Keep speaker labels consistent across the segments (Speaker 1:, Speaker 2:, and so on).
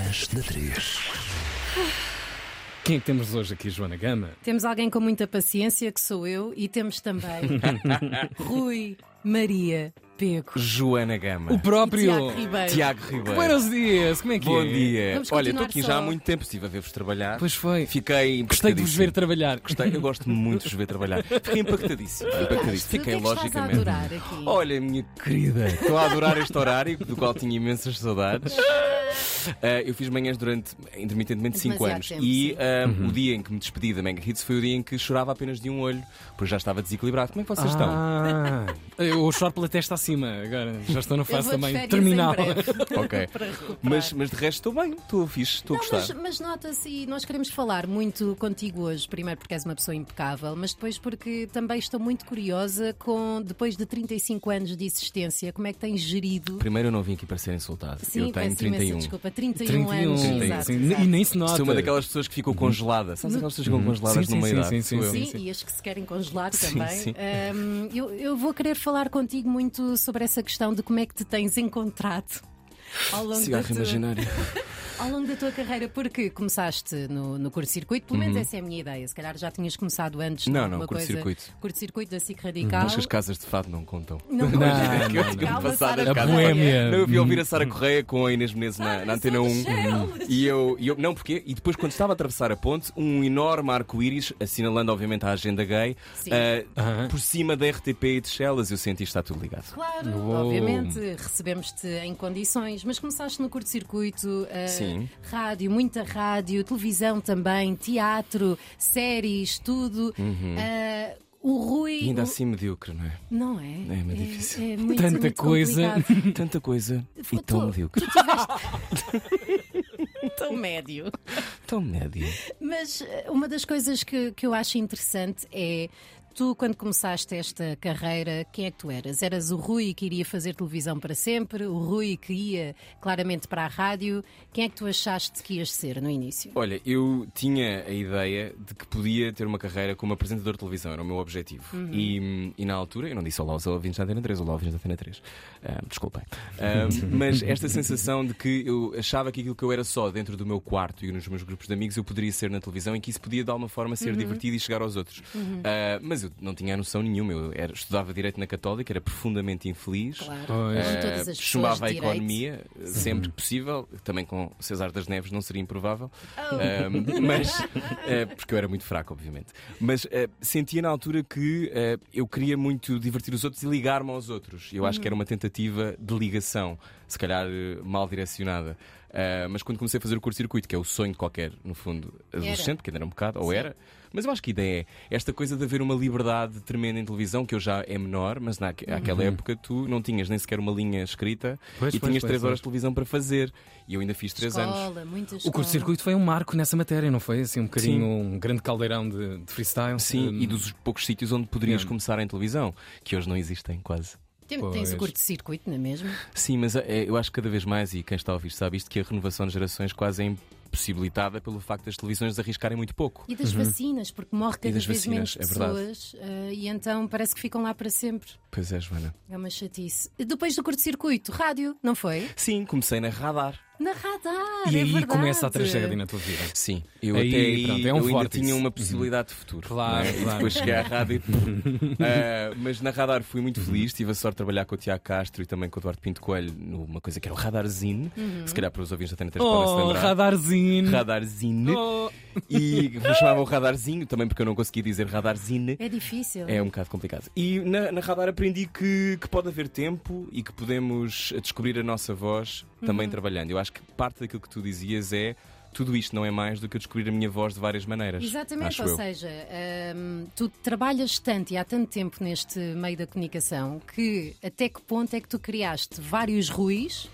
Speaker 1: manhãs da 3.
Speaker 2: Quem é que temos hoje aqui, Joana Gama?
Speaker 3: Temos alguém com muita paciência, que sou eu, e temos também Rui Maria Pego.
Speaker 4: Joana Gama.
Speaker 2: O próprio
Speaker 3: Tiago Ribeiro.
Speaker 4: Tiago Ribeiro.
Speaker 2: Buenos dias, como é que
Speaker 4: Bom
Speaker 2: é?
Speaker 4: dia.
Speaker 3: Vamos
Speaker 4: Olha,
Speaker 3: continuar
Speaker 4: estou aqui
Speaker 3: só.
Speaker 4: já há muito tempo, estive a ver-vos trabalhar.
Speaker 2: Pois foi.
Speaker 4: Fiquei
Speaker 2: Gostei de vos ver
Speaker 4: impactadíssimo.
Speaker 2: trabalhar.
Speaker 4: Gostei, eu gosto muito de vos ver trabalhar. Fiquei impactadíssimo. impactadíssimo.
Speaker 3: O que é que estás a adorar aqui?
Speaker 4: Olha, minha querida, estou a adorar este horário, do qual tinha imensas saudades. Ah, eu fiz manhãs durante intermitentemente 5
Speaker 3: Demasiado
Speaker 4: anos
Speaker 3: tempo,
Speaker 4: e
Speaker 3: sim.
Speaker 4: ah, o dia em que me despedi da Mega Hits foi o dia em que chorava apenas de um olho, porque já estava desequilibrado. Como é que vocês estão?
Speaker 2: Ah, eu choro pela testa acima agora. Já estou na
Speaker 3: Eu
Speaker 2: fase
Speaker 3: vou de
Speaker 2: também
Speaker 3: férias
Speaker 2: terminal.
Speaker 3: em breve
Speaker 4: Ok.
Speaker 3: para recuperar.
Speaker 4: Mas, mas de resto estou bem, estou fixe, estou a
Speaker 3: Não,
Speaker 4: gostar.
Speaker 3: mas, mas nota-se, e nós queremos falar muito contigo hoje, primeiro porque és uma pessoa impecável, mas depois porque também estou muito curiosa com, depois de 35 anos de existência, como é que tens gerido?
Speaker 4: Primeiro eu não vim aqui para ser insultado. eu tenho
Speaker 3: peço imensa
Speaker 4: 31.
Speaker 3: desculpa, 31,
Speaker 2: 31,
Speaker 3: anos,
Speaker 2: sim,
Speaker 3: um exato,
Speaker 2: um. sim.
Speaker 3: exato.
Speaker 2: E nem se nota.
Speaker 4: Sou uma daquelas pessoas que ficou congelada. Sabes aquelas pessoas que ficam
Speaker 2: Sim,
Speaker 4: congeladas
Speaker 2: sim,
Speaker 4: numa
Speaker 2: sim,
Speaker 4: idade?
Speaker 2: sim, sim,
Speaker 4: Sou eu.
Speaker 2: sim.
Speaker 3: Sim, e as que se querem congelar
Speaker 4: Sim,
Speaker 3: também.
Speaker 4: sim.
Speaker 3: Ahm, eu, eu vou querer falar contigo muito sobre essa questão de como é que te tens encontrado ao longo, da
Speaker 4: Cigarro
Speaker 3: tua,
Speaker 4: imaginário.
Speaker 3: ao longo da tua carreira, porque começaste no, no curto-circuito, pelo menos essa é a minha ideia. Se calhar já tinhas começado antes
Speaker 4: Uhum. Não,
Speaker 3: de
Speaker 4: não,
Speaker 3: uma coisa.
Speaker 4: curto-circuito.
Speaker 3: Curto-circuito da SIC Radical.
Speaker 4: Acho que as casas de fado não contam.
Speaker 3: Não,
Speaker 2: Não,
Speaker 3: não,
Speaker 2: não,
Speaker 3: não.
Speaker 2: não.
Speaker 3: Calma,
Speaker 4: Passada
Speaker 3: Sara
Speaker 2: a
Speaker 4: casa.
Speaker 3: Correia.
Speaker 2: boémia.
Speaker 4: Não, eu vi ouvir a Sara Correia com a Inês Menezes na,
Speaker 3: Sara,
Speaker 4: na Antena
Speaker 3: são
Speaker 4: 1.
Speaker 3: os céus.
Speaker 4: E eu, e eu. Não, porque. E depois, quando estava a atravessar a ponte, um enorme arco-íris, assinalando, obviamente, a agenda gay,
Speaker 3: Sim.
Speaker 4: ah,
Speaker 2: Aham.
Speaker 4: por cima da RTP e de Chelas, eu senti está tudo ligado.
Speaker 3: Claro,
Speaker 2: Uou.
Speaker 3: obviamente, recebemos-te em condições, mas começaste no curto-circuito, eh,
Speaker 4: Sim.
Speaker 3: rádio, muita rádio, televisão também, teatro, séries, tudo. Eh, o Rui.
Speaker 4: Uhum. E ainda
Speaker 3: o-
Speaker 4: assim medíocre, não é?
Speaker 3: Não é?
Speaker 4: É muito difícil.
Speaker 3: é muito,
Speaker 2: Tanta
Speaker 3: muito
Speaker 2: coisa.
Speaker 3: complicado.
Speaker 4: Tanta coisa. E
Speaker 3: Foi
Speaker 4: tão
Speaker 3: tu-
Speaker 4: medíocre.
Speaker 3: Tão médio.
Speaker 4: Tão médio.
Speaker 3: Mas eh, uma das coisas que, que eu acho interessante é. Tu, quando começaste esta carreira, quem é que tu eras? Eras o Rui que iria fazer televisão para sempre, o Rui que ia claramente para a rádio. Quem é que tu achaste que ias ser no início?
Speaker 4: Olha, eu tinha a ideia de que podia ter uma carreira como apresentador de televisão, era o meu objetivo.
Speaker 3: Uhum.
Speaker 4: E, hum, e na altura, eu não disse olá aos ouvintes da Antena 3, olá ouvintes da Antena 3. Ah, desculpem. Ah, mas esta sensação de que eu achava que aquilo que eu era só dentro do meu quarto e nos meus grupos de amigos eu poderia ser na televisão e que isso podia de alguma forma
Speaker 3: Uhum.
Speaker 4: ser divertido e chegar aos outros. Ah, mas eu não tinha noção nenhuma. Eu era- estudava Direito na Católica, era profundamente infeliz.
Speaker 3: Claro.
Speaker 2: Pois.
Speaker 3: Como
Speaker 4: Eh,
Speaker 3: todas as pessoas
Speaker 4: chumbava
Speaker 3: de
Speaker 4: a
Speaker 3: direito.
Speaker 4: economia eh, sempre que possível, também com César das Neves não seria improvável, Ahm, mas eh, porque eu era muito fraco, obviamente. Mas eh, sentia na altura que eh, eu queria muito divertir os outros e ligar-me aos outros. Eu acho que era uma tentativa de ligação, se calhar eh, mal direcionada. Ah, mas quando comecei a fazer o curto-circuito, que é o sonho de qualquer, no fundo, adolescente, que ainda era um bocado, ou era, mas eu acho que a ideia é esta coisa de haver uma liberdade tremenda em televisão, que eu já é menor, mas na, naquela época tu não tinhas nem sequer uma linha escrita
Speaker 2: Pois,
Speaker 4: e
Speaker 2: pois,
Speaker 4: tinhas
Speaker 2: pois,
Speaker 4: três horas
Speaker 2: pois.
Speaker 4: de televisão para fazer. E eu ainda fiz três anos.
Speaker 3: Escola, muita escola.
Speaker 2: O curto-circuito foi um marco nessa matéria, não foi? Assim, um bocadinho um grande caldeirão de, de freestyle.
Speaker 4: Sim,
Speaker 2: Hum,
Speaker 4: e dos poucos sítios onde poderias
Speaker 2: Hum.
Speaker 4: começar em televisão, que hoje não existem quase.
Speaker 3: Tem- Tens o
Speaker 2: Pois.
Speaker 3: curto-circuito, não é mesmo?
Speaker 4: Sim, mas eh, eu acho que cada vez mais, e quem está a ouvir sabe isto, que a renovação de gerações quase é impossibilitada pelo facto das televisões arriscarem muito pouco.
Speaker 3: E das vacinas, porque morre cada
Speaker 4: Uhum. das
Speaker 3: vez menos
Speaker 4: vacinas, é verdade.
Speaker 3: pessoas eh, e então parece que ficam lá para sempre.
Speaker 4: Pois é, Joana.
Speaker 3: É uma chatice. Depois do curto-circuito, rádio, não foi?
Speaker 4: Sim, comecei na radar.
Speaker 3: Na radar!
Speaker 2: E
Speaker 3: é
Speaker 2: aí
Speaker 3: verdade.
Speaker 2: começa a tragédia na tua vida.
Speaker 4: Sim, eu
Speaker 2: Aí,
Speaker 4: até aí,
Speaker 2: pronto, é um
Speaker 4: eu ainda
Speaker 2: vórtice.
Speaker 4: tinha uma possibilidade de futuro.
Speaker 2: Claro,
Speaker 4: não é? E
Speaker 2: claro.
Speaker 4: depois cheguei à rádio. Ah, mas na Radar fui muito
Speaker 2: Uhum.
Speaker 4: feliz, tive a sorte de trabalhar com o Tiago Castro e também com o Eduardo Pinto Coelho numa coisa que era o Radarzine. Se calhar para os ouvintes da TNT podem se
Speaker 2: Uhum. Oh,
Speaker 4: lembrar.
Speaker 2: radarzinho.
Speaker 4: Radarzine.
Speaker 2: Oh.
Speaker 4: E me chamavam Radarzinho, também porque eu não conseguia dizer Radarzine.
Speaker 3: É difícil.
Speaker 4: É um bocado complicado. E na, na Radar aprendi que, que pode haver tempo e que podemos descobrir a nossa voz
Speaker 3: Uhum.
Speaker 4: também trabalhando. Eu acho que parte daquilo que tu dizias é tudo isto não é mais do que eu descobrir a minha voz de várias maneiras.
Speaker 3: Exatamente,
Speaker 4: acho
Speaker 3: ou
Speaker 4: eu.
Speaker 3: seja, hum, tu trabalhas tanto e há tanto tempo neste meio da comunicação que até que ponto é que tu criaste vários Ruis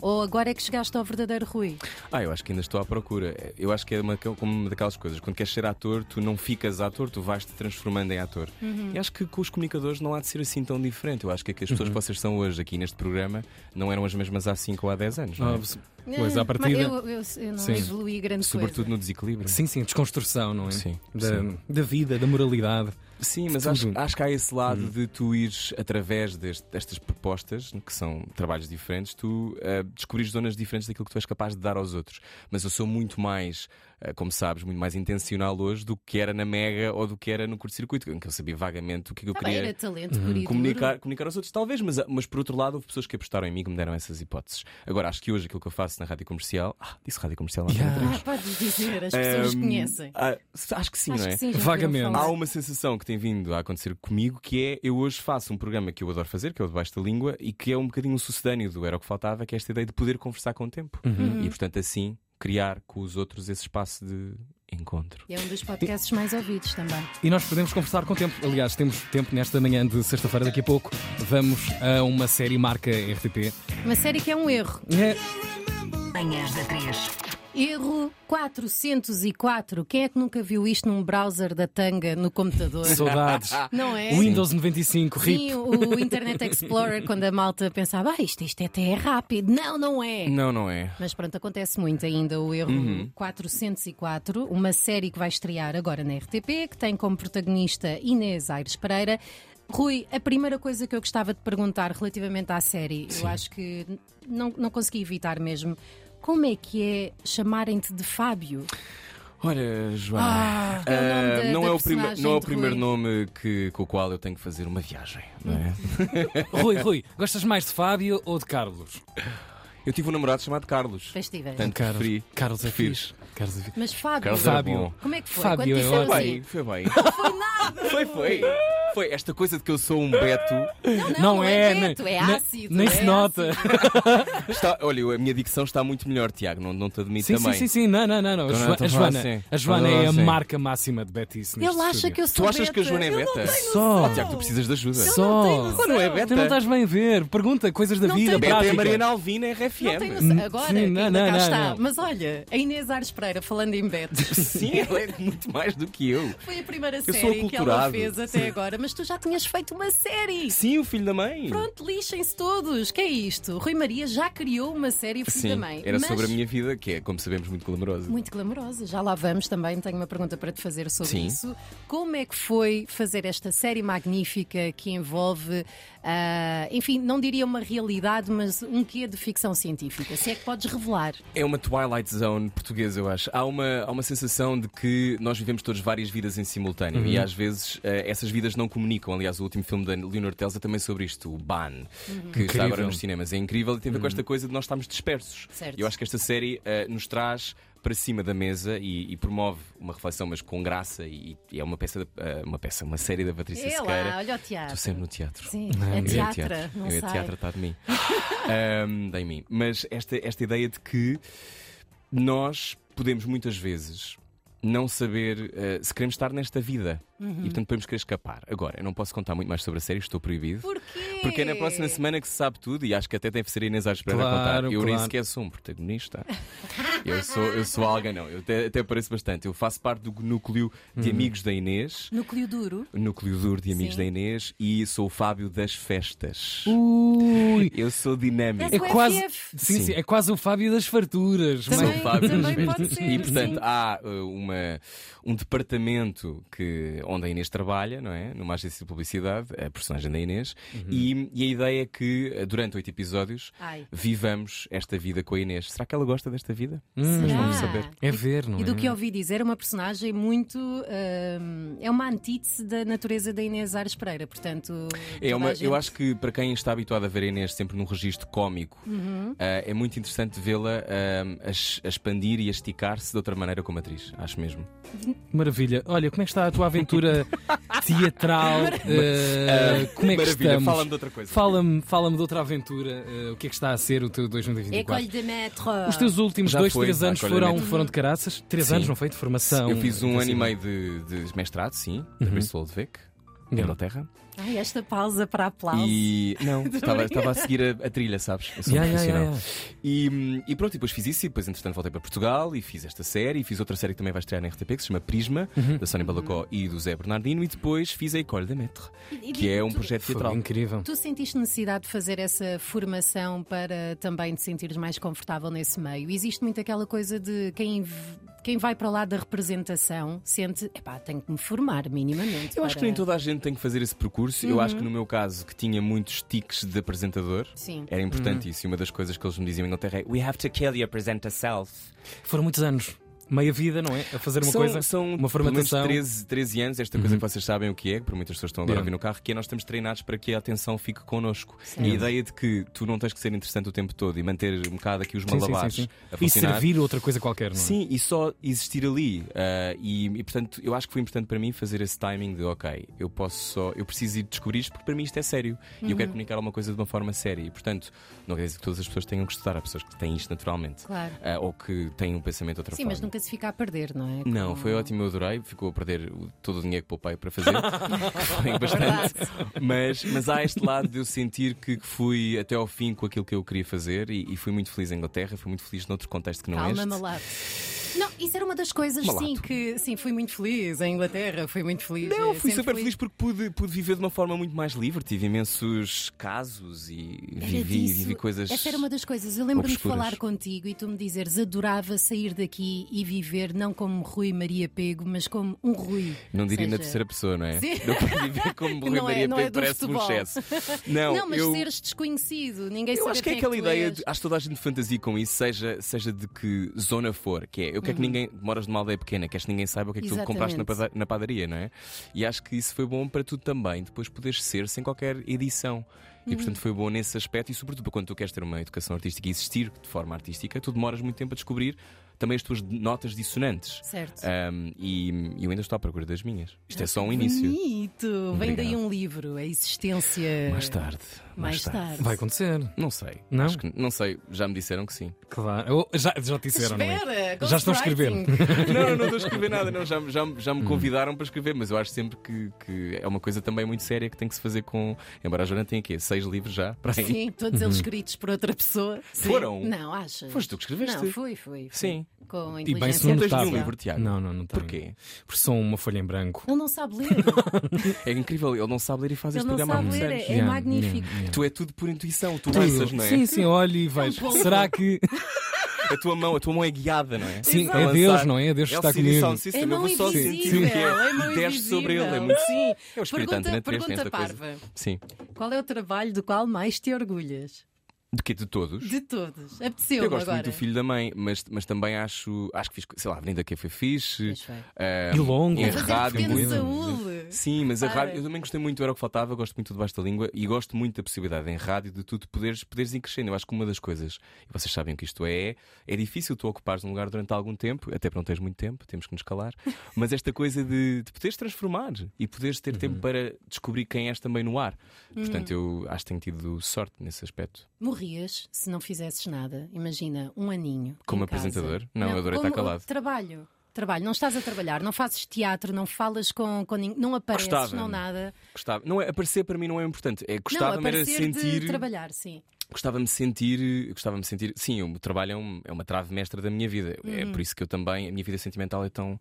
Speaker 3: ou agora é que chegaste ao verdadeiro Rui?
Speaker 4: Ah, eu acho que ainda estou à procura. Eu acho que é uma, como uma daquelas coisas. Quando queres ser ator, tu não ficas ator, tu vais te transformando em ator.
Speaker 3: Uhum.
Speaker 4: E acho que com os comunicadores não há de ser assim tão diferente. Eu acho que, é que as pessoas que vocês são hoje aqui neste programa não eram as mesmas há 5 ou há 10 anos. não é?
Speaker 2: Oh, Pois, à
Speaker 3: Ah,
Speaker 2: partida.
Speaker 3: Eu, eu- eu não
Speaker 2: Sim.
Speaker 3: evoluí grande
Speaker 4: Sobretudo
Speaker 3: coisa.
Speaker 4: no desequilíbrio.
Speaker 2: Sim, sim, a desconstrução, não é?
Speaker 4: Sim,
Speaker 2: Da,
Speaker 4: sim.
Speaker 2: da vida, da moralidade.
Speaker 4: Sim, mas
Speaker 2: tudo. Uhum.
Speaker 4: acho, acho que há esse lado de tu ires através deste- destas propostas, que são trabalhos diferentes, tu eh, descobrires zonas diferentes daquilo que tu és capaz de dar aos outros. Mas eu sou muito mais, eh, como sabes, muito mais intencional hoje do que era na Mega ou do que era no curto-circuito, em que eu sabia vagamente o que é que eu
Speaker 3: Tá bem, era
Speaker 4: queria.
Speaker 2: Uhum.
Speaker 3: talento puro e duro.
Speaker 4: Comunicar, comunicar aos outros, talvez, mas, eh, mas por outro lado, houve pessoas que apostaram em mim que me deram essas hipóteses. Agora, acho que hoje aquilo que eu faço na rádio comercial. Ah, disse rádio comercial lá
Speaker 2: Yeah.
Speaker 3: Ah, podes dizer, as pessoas
Speaker 2: Hum,
Speaker 4: Ahm,
Speaker 3: conhecem.
Speaker 4: ah, acho que sim,
Speaker 3: Acho
Speaker 4: não é?
Speaker 3: que sim, já ouviram
Speaker 2: Vagamente.
Speaker 3: falar.
Speaker 4: Há um uma sensação que tem vindo a acontecer comigo que é eu hoje faço um programa que eu adoro fazer, que é o Debaixo da Língua, e que é um bocadinho um sucedâneo do Era o que Faltava, que é esta ideia de poder conversar com o tempo. E portanto, assim, criar com os outros esse espaço de encontro.
Speaker 3: E é um dos podcasts mais ouvidos também.
Speaker 2: E nós podemos conversar com tempo. Aliás, temos tempo nesta manhã de sexta-feira. Daqui a pouco vamos a uma série marca RTP.
Speaker 3: Uma série que é um erro.
Speaker 2: É,
Speaker 1: Manhãs da 3.
Speaker 3: Erro 404. Quem é que nunca viu isto num browser da tanga no computador?
Speaker 2: saudades.
Speaker 3: Não é?
Speaker 2: Windows 95, RIP.
Speaker 3: Sim, o Internet Explorer, quando a malta pensava, ah, isto, isto até é rápido. Não, não é.
Speaker 4: Não, não é.
Speaker 3: Mas pronto, acontece muito ainda o erro 404, uma série que vai estrear agora na RTP, que tem como protagonista Inês Aires Pereira. Rui, a primeira coisa que eu gostava de perguntar relativamente à série, eu acho que n- não, não consegui evitar mesmo. Como é que é chamarem-te de Fábio?
Speaker 4: Olha, Joana.
Speaker 3: Ah, que é o nome
Speaker 4: ah,
Speaker 3: da-
Speaker 4: não,
Speaker 3: da
Speaker 4: é o primeiro,
Speaker 3: personagem
Speaker 4: não é o
Speaker 3: de
Speaker 4: primeiro
Speaker 3: Rui.
Speaker 4: nome que, com o qual eu tenho que fazer uma viagem, não é?
Speaker 2: Rui, Rui, gostas mais de Fábio ou de Carlos?
Speaker 4: Eu tive um namorado chamado Carlos.
Speaker 3: Festivais.
Speaker 4: Portanto, preferi.
Speaker 2: Carlos é
Speaker 4: Prefiro.
Speaker 2: fixe. Carlos é fixe.
Speaker 3: Mas Fábio,
Speaker 4: Carlos era
Speaker 2: Fábio.
Speaker 4: bom.
Speaker 3: como é que foi?
Speaker 2: Fábio
Speaker 3: Quando
Speaker 2: é
Speaker 3: disseram
Speaker 2: ótimo.
Speaker 3: assim,
Speaker 4: Bem, foi bem. Foi, foi. Foi esta coisa de que eu sou um Beto.
Speaker 3: não,
Speaker 2: Não,
Speaker 3: não
Speaker 2: é,
Speaker 3: é
Speaker 2: nem-
Speaker 3: reto, é
Speaker 2: nem-
Speaker 3: ácido,
Speaker 2: Nem
Speaker 3: é
Speaker 2: se nota.
Speaker 4: Está, olha, a minha dicção está muito melhor, Tiago, não, não te admito
Speaker 2: Sim, sim,
Speaker 4: também.
Speaker 2: sim, sim. Não, não, não. não. A,
Speaker 3: é
Speaker 4: Então
Speaker 2: Joana, a
Speaker 4: não, então
Speaker 2: Joana,
Speaker 4: vá assim.
Speaker 2: a Joana
Speaker 4: Então
Speaker 2: é a
Speaker 4: vá assim.
Speaker 2: marca máxima de Betice.
Speaker 3: ele acha que eu sou
Speaker 4: Tu achas que a
Speaker 3: beta.
Speaker 4: Joana é
Speaker 3: Eu não
Speaker 4: beta?
Speaker 3: tenho
Speaker 2: Só.
Speaker 4: Oh, Tiago, tu precisas de ajuda.
Speaker 2: Só.
Speaker 4: Ela não é beta.
Speaker 2: Tu não estás bem a ver. Pergunta coisas da
Speaker 3: Não
Speaker 2: vida.
Speaker 3: tenho
Speaker 4: Beta é
Speaker 2: prática.
Speaker 4: a Mariana Alvina, RFM.
Speaker 3: Não tenho noção. Agora, é
Speaker 2: Sim,
Speaker 3: que
Speaker 2: não,
Speaker 3: ainda
Speaker 2: não,
Speaker 3: cá
Speaker 2: não,
Speaker 3: está.
Speaker 2: não.
Speaker 3: Mas olha, a Inês Aires Pereira, falando em Betos,
Speaker 4: Sim, ela é muito mais do que eu.
Speaker 3: foi a primeira
Speaker 4: sou
Speaker 3: série que ela
Speaker 4: aculturado.
Speaker 3: fez até agora, mas tu já tinhas feito uma série.
Speaker 4: Sim, o filho da mãe.
Speaker 3: Pronto, lixem-se todos. Que é isto? Rui Maria já criou uma série Filho
Speaker 4: Sim,
Speaker 3: da Mãe.
Speaker 4: era
Speaker 3: mas
Speaker 4: sobre a minha vida, que é, como sabemos, muito glamourosa.
Speaker 3: Muito glamourosa. Já lá vamos também. Tenho uma pergunta para te fazer sobre
Speaker 4: Sim.
Speaker 3: isso. Como é que foi fazer esta série magnífica que envolve, ah, enfim, não diria uma realidade, mas um quê de ficção científica? Se é que podes revelar.
Speaker 4: É uma Twilight Zone portuguesa, eu acho. Há uma, há uma sensação de que nós vivemos todos várias vidas em simultâneo e
Speaker 3: Uhum.
Speaker 4: às vezes eh, essas vidas não comunicam. Aliás, o último filme da Leonor Tells é também sobre isto, o Ban,
Speaker 3: Uhum.
Speaker 4: que está agora
Speaker 2: Incrível.
Speaker 4: nos cinemas. É incrível e tem a ver com esta coisa de nós estarmos dispersos.
Speaker 3: Certo.
Speaker 4: Eu acho que esta série eh, nos traz para cima da mesa e, e promove uma reflexão, mas com graça e, e é uma peça, de- eh, uma peça, uma série da Patrícia
Speaker 3: É lá,
Speaker 4: Sequeira.
Speaker 3: olha o teatro.
Speaker 4: Estou sempre no teatro.
Speaker 3: Sim,
Speaker 2: Não, eu
Speaker 3: é
Speaker 4: Eu e
Speaker 3: teatra, não
Speaker 4: Eu e
Speaker 3: sei.
Speaker 4: a teatro está de mim. Ahm, dá em mim. Mas esta, esta ideia de que nós podemos muitas vezes não saber eh, se queremos estar nesta vida.
Speaker 3: Uhum.
Speaker 4: E portanto podemos querer escapar. Agora, eu não posso contar muito mais sobre a série, estou proibido.
Speaker 3: Porquê?
Speaker 4: Porque é na próxima semana que se sabe tudo e acho que até deve ser a Inês Aires Pereira a
Speaker 2: Claro,
Speaker 4: contar. Eu nem
Speaker 2: claro.
Speaker 4: sequer sou um protagonista. Eu sou, eu sou alguém, não. Eu até, até pareço bastante. Eu faço parte do núcleo de
Speaker 2: Uhum.
Speaker 4: amigos da Inês.
Speaker 3: Núcleo duro.
Speaker 4: Núcleo duro de amigos
Speaker 3: Sim.
Speaker 4: da Inês e sou o Fábio das festas.
Speaker 2: Ui.
Speaker 4: Eu sou dinâmico.
Speaker 2: É
Speaker 3: O
Speaker 2: quase,
Speaker 3: FF.
Speaker 2: sim,
Speaker 4: Sim.
Speaker 2: sim, é quase o Fábio das farturas.
Speaker 4: Sou
Speaker 3: Também-
Speaker 4: o Fábio das
Speaker 3: também pode
Speaker 4: festas.
Speaker 3: ser,
Speaker 4: e portanto
Speaker 3: sim.
Speaker 4: há uh, uma, um departamento que, onde a Inês trabalha, não é? Numa agência de publicidade, a personagem da Inês, e, e a ideia é que uh, durante oito episódios
Speaker 3: Ai.
Speaker 4: vivamos esta vida com a Inês. Será que ela gosta desta vida?
Speaker 3: Será?
Speaker 4: vamos saber.
Speaker 2: É ver, não
Speaker 3: E do
Speaker 2: é?
Speaker 3: que ouvi dizer, é uma personagem muito. hum, é uma antítese da natureza da Inês Aires Pereira, portanto.
Speaker 4: É
Speaker 3: toda
Speaker 4: uma,
Speaker 3: a gente-
Speaker 4: Eu acho que para quem está habituado a ver a Inês sempre num registro cómico,
Speaker 3: Uhum.
Speaker 4: ah, é muito interessante vê-la ah, a, es- a expandir e a esticar-se de outra maneira como atriz, acho mesmo.
Speaker 2: Maravilha. Olha, como é que está a tua aventura teatral? Eh, como é que
Speaker 4: Maravilha,
Speaker 2: estamos?
Speaker 4: fala-me de outra coisa.
Speaker 2: Fala-me fala de outra aventura. Eh, o que é que está a ser o teu
Speaker 3: École
Speaker 2: 2024?
Speaker 3: de maître.
Speaker 2: Os teus últimos
Speaker 4: Já
Speaker 2: dois,
Speaker 4: foi,
Speaker 2: três anos
Speaker 4: École de
Speaker 2: foram,
Speaker 4: Maître.
Speaker 2: foram de caraças? Três
Speaker 4: Sim.
Speaker 2: anos, não foi? De Uhum. formação?
Speaker 4: Eu fiz um ano e
Speaker 2: intensiva.
Speaker 4: meio de, de mestrado, sim, da Bristol Lodwick, na Inglaterra.
Speaker 3: Ai, esta pausa para
Speaker 2: Ah.
Speaker 3: aplauso.
Speaker 4: E não, estava, estava a seguir a, a trilha, sabes? Eu sou um
Speaker 2: Yeah, yeah,
Speaker 4: profissional.
Speaker 2: yeah,
Speaker 4: E, hum, e pronto, e depois fiz isso, e depois entretanto voltei para Portugal e fiz esta série, e fiz outra série que também vai estrear na RTP, que se chama Prisma,
Speaker 2: Uhum.
Speaker 4: da Sónia Balacó e do Zé Bernardino, e depois fiz a École de Maître,
Speaker 3: E- e
Speaker 4: que é um
Speaker 3: tu-
Speaker 4: projeto
Speaker 2: Foi
Speaker 4: teatral.
Speaker 2: incrível.
Speaker 3: Tu sentiste necessidade de fazer essa formação para também te sentires mais confortável nesse meio? Existe muito aquela coisa de quem, v- quem vai para lá da representação sente, epá, tenho que me formar minimamente.
Speaker 4: Eu acho que
Speaker 3: para-
Speaker 4: nem toda a gente tem que fazer esse percurso. Eu acho que no meu caso, que tinha muitos tiques de apresentador,
Speaker 3: Sim.
Speaker 4: era importante isso. E
Speaker 2: Uhum.
Speaker 4: uma das coisas que eles me diziam em Inglaterra é: We have to kill your presenter self.
Speaker 2: Foram muitos anos. Meia vida, não é? A fazer uma
Speaker 4: são,
Speaker 2: coisa,
Speaker 4: são
Speaker 2: uma formatação. Uhum.
Speaker 4: pelo menos 13, 13 anos, esta coisa que vocês sabem o que é, que para muitas pessoas estão agora a
Speaker 2: Yeah.
Speaker 4: ouvir no carro, que é nós estamos treinados para que a atenção fique connosco.
Speaker 3: Sim.
Speaker 4: E a ideia de que tu não tens que ser interessante o tempo todo e manter um bocado aqui os
Speaker 2: Sim, sim, sim,
Speaker 4: malabares
Speaker 2: sim.
Speaker 4: a
Speaker 2: E
Speaker 4: funcionar.
Speaker 2: servir outra coisa qualquer,
Speaker 3: Hum.
Speaker 2: não é?
Speaker 4: Sim, e só existir ali. Ah, e, e, portanto, eu acho que foi importante para mim fazer esse timing de ok, eu posso só, eu preciso ir descobrir isto porque para mim isto é sério e
Speaker 3: Uhum.
Speaker 4: eu quero comunicar alguma coisa de uma forma séria. E portanto, não quer dizer que todas as pessoas tenham que estudar, há pessoas que têm isto naturalmente
Speaker 3: Claro.
Speaker 4: Ah, ou que têm um pensamento de outra
Speaker 3: Sim,
Speaker 4: forma.
Speaker 3: mas nunca é se fica a perder, não é?
Speaker 4: Não,
Speaker 3: Com-
Speaker 4: foi ótimo, eu adorei. Ficou a perder o- todo o dinheiro que poupei para fazer. que foi bastante. Mas, mas há este lado de eu sentir que fui até ao fim com aquilo que eu queria fazer e, e fui muito feliz em Inglaterra, fui muito feliz noutro contexto que não é
Speaker 3: Calma,
Speaker 4: este.
Speaker 3: malato. Não, isso era uma das coisas,
Speaker 4: Malato.
Speaker 3: sim, que sim, fui muito feliz em Inglaterra, fui muito feliz.
Speaker 4: Não,
Speaker 3: eh,
Speaker 4: fui
Speaker 3: sempre
Speaker 4: super
Speaker 3: fui-
Speaker 4: feliz porque pude, pude viver de uma forma muito mais livre. Tive imensos casos e
Speaker 3: Era
Speaker 4: vivi,
Speaker 3: disso.
Speaker 4: vivi coisas.
Speaker 3: Essa era uma das coisas. Eu lembro-me de
Speaker 4: obscuras.
Speaker 3: falar contigo e tu me dizeres adorava sair daqui e viver não como Rui Maria Pego, mas como um Rui.
Speaker 4: Não diria
Speaker 3: Ou
Speaker 4: na
Speaker 3: seja,
Speaker 4: terceira pessoa, não é?
Speaker 3: Sim.
Speaker 4: Não quero viver como Rui
Speaker 3: Não é-
Speaker 4: Maria
Speaker 3: não é
Speaker 4: Pedro,
Speaker 3: do
Speaker 4: parece-me um
Speaker 3: futebol.
Speaker 4: excesso.
Speaker 3: Não,
Speaker 4: Não,
Speaker 3: mas
Speaker 4: eu...
Speaker 3: seres desconhecido, ninguém
Speaker 4: Eu
Speaker 3: saber
Speaker 4: acho que é
Speaker 3: quem
Speaker 4: aquela
Speaker 3: tu
Speaker 4: ideia,
Speaker 3: és.
Speaker 4: de, acho que toda a gente fantasia com isso, seja, seja de que zona for, que é, eu quero que ninguém, moras numa aldeia pequena, queres que ninguém saiba o que é que tu compraste na
Speaker 3: Uhum. Exatamente.
Speaker 4: pada- na padaria, não é? E acho que isso foi bom para tu também, depois poderes ser sem qualquer edição. E
Speaker 3: Uhum.
Speaker 4: portanto foi bom nesse aspecto e sobretudo para quando tu queres ter uma educação artística e existir de forma artística, tu demoras muito tempo a descobrir também as tuas notas dissonantes.
Speaker 3: Certo.
Speaker 4: Ahm, e e eu ainda estou à procura das minhas. Isto é só Ah, um início.
Speaker 3: Ah, Bonito. Vem daí
Speaker 4: Obrigado.
Speaker 3: um livro, a existência.
Speaker 4: Mais tarde.
Speaker 3: Mais tarde.
Speaker 2: Vai acontecer.
Speaker 4: Não sei.
Speaker 2: Não?
Speaker 4: Acho que- não sei. Já me disseram que sim.
Speaker 2: Claro. Eu- Já, já te disseram, não é?
Speaker 3: Espera,
Speaker 2: Já estão a escrever.
Speaker 3: ghostwriting.
Speaker 4: Não, não, não estou a escrever nada, não. Já, me- já, me- já me convidaram para escrever, mas eu acho sempre que, que é uma coisa também muito séria que tem que se fazer com. Embora a Joana tenha aqui seis livros já para aí.
Speaker 3: Sim, todos eles escritos por outra pessoa. Sim.
Speaker 4: Foram?
Speaker 3: Não, achas?
Speaker 4: Uhum. Foste tu que escreveste?
Speaker 3: Não, fui, fui. fui.
Speaker 4: Sim.
Speaker 3: Com
Speaker 2: E bem, se
Speaker 3: inteligência
Speaker 2: não
Speaker 4: Não tens
Speaker 2: notava.
Speaker 4: nenhum
Speaker 3: artificial.
Speaker 4: um livro, Tiago.
Speaker 2: Não, não, não tenho.
Speaker 4: Porquê?
Speaker 2: Porque sou uma folha em branco.
Speaker 3: Ele não sabe ler.
Speaker 4: É incrível, ele não sabe ler e faz
Speaker 3: Ele
Speaker 4: este
Speaker 3: não
Speaker 4: programa há
Speaker 3: sabe
Speaker 4: muitos
Speaker 3: ler.
Speaker 4: anos.
Speaker 3: É
Speaker 2: Yeah,
Speaker 3: magnífico.
Speaker 2: yeah, yeah.
Speaker 4: Tu é tudo por intuição, tu lanças, não é? um
Speaker 2: Sim, sim, olha e vejo.
Speaker 3: bom.
Speaker 2: Será que.
Speaker 4: A tua mão, a tua mão é guiada, não é?
Speaker 2: Sim,
Speaker 4: Para
Speaker 2: é
Speaker 4: lançar.
Speaker 2: Deus, não é? É Deus que
Speaker 4: É o
Speaker 2: está
Speaker 4: Siri
Speaker 2: comigo.
Speaker 4: Sound System,
Speaker 3: É
Speaker 4: eu
Speaker 3: mão
Speaker 4: vou só sentir
Speaker 3: invisível.
Speaker 4: o que é.
Speaker 3: É mão
Speaker 4: e desce
Speaker 3: invisível.
Speaker 4: sobre ele, é muito.
Speaker 3: Sim.
Speaker 4: É o espírito
Speaker 3: Pergunta-
Speaker 4: Antena 3
Speaker 3: pergunta
Speaker 4: nesta coisa.
Speaker 3: parva.
Speaker 4: Sim.
Speaker 3: Qual é o trabalho do qual mais te orgulhas?
Speaker 4: De quê? De todos?
Speaker 3: De todos. Apeteceu
Speaker 4: Eu gosto
Speaker 3: agora.
Speaker 4: muito do filho da mãe, mas, mas também acho, acho que fiz, sei lá, a Avenida que foi fixe.
Speaker 3: Pois foi.
Speaker 4: eh,
Speaker 2: E longo.
Speaker 4: em
Speaker 2: É
Speaker 3: Fazer
Speaker 4: rádio,
Speaker 3: pequeno
Speaker 4: muito.
Speaker 3: Saúl.
Speaker 4: Sim, mas a
Speaker 3: Para.
Speaker 4: rádio, eu também gostei muito, era o que faltava, gosto muito do Baixo da Língua e gosto muito da possibilidade em rádio de tu te poderes, poderes ir crescendo. Eu acho que uma das coisas, e vocês sabem o que isto é, é difícil tu ocupares um lugar durante algum tempo, até para não teres muito tempo, temos que nos calar, mas esta coisa de, de poderes transformar e poderes ter tempo para descobrir quem és também no ar. Portanto,
Speaker 3: Uhum.
Speaker 4: eu acho que tenho tido sorte nesse aspecto.
Speaker 3: Morrias se não fizesses nada. Imagina, um aninho.
Speaker 4: Como
Speaker 3: em casa.
Speaker 4: apresentador? Não, eu adorei
Speaker 3: como-
Speaker 4: estar calado.
Speaker 3: Trabalho. Trabalho. Não estás a trabalhar, não fazes teatro, não falas com, com ninguém, não apareces,
Speaker 4: Gostava.
Speaker 3: não nada.
Speaker 4: Gostava, não é, aparecer para mim não é importante, é
Speaker 3: não,
Speaker 4: gostava-me era
Speaker 3: aparecer
Speaker 4: sentir.
Speaker 3: de trabalhar, sim.
Speaker 4: Gostava-me sentir, gostava-me sentir. Sim, o meu trabalho é, um- é uma trave mestra da minha vida. É por isso que eu também, a minha vida sentimental é tão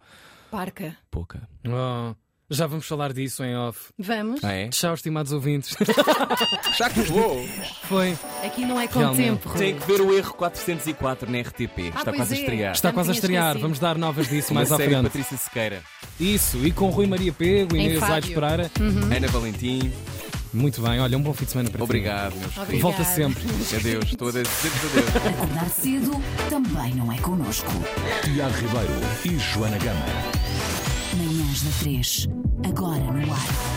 Speaker 3: Parca.
Speaker 4: pouca.
Speaker 2: Oh, já vamos falar disso em off.
Speaker 3: Vamos.
Speaker 4: Ah, é?
Speaker 2: Tchau, estimados ouvintes.
Speaker 4: Já acabou!
Speaker 2: Foi.
Speaker 3: Aqui não é com
Speaker 2: Realmente.
Speaker 3: tempo. Rui.
Speaker 4: Tem que ver o erro 404 na RTP.
Speaker 3: Ah,
Speaker 4: Está
Speaker 3: pois
Speaker 4: quase a
Speaker 3: é.
Speaker 4: estrear.
Speaker 2: Está
Speaker 3: me
Speaker 2: quase a
Speaker 3: tinha
Speaker 2: estrear.
Speaker 3: esquecido.
Speaker 2: Vamos dar novas disso
Speaker 4: Uma
Speaker 2: mais à
Speaker 4: série de
Speaker 2: frente.
Speaker 4: Patrícia Sequeira,
Speaker 2: Isso, e com Rui Maria Pego,
Speaker 3: Em
Speaker 2: Inês
Speaker 3: Fábio.
Speaker 2: Aires Pereira.
Speaker 4: Ana Valentim.
Speaker 2: Muito bem, olha, um bom fim de semana para ti.
Speaker 4: Obrigado, meus
Speaker 3: Obrigada.
Speaker 4: queridos.
Speaker 2: Volta sempre.
Speaker 4: Adeus, estou a dizer adeus.
Speaker 1: Acordar cedo também não é connosco.
Speaker 5: Tiago Ribeiro e Joana Gama.
Speaker 1: Manhãs da 3, agora no ar.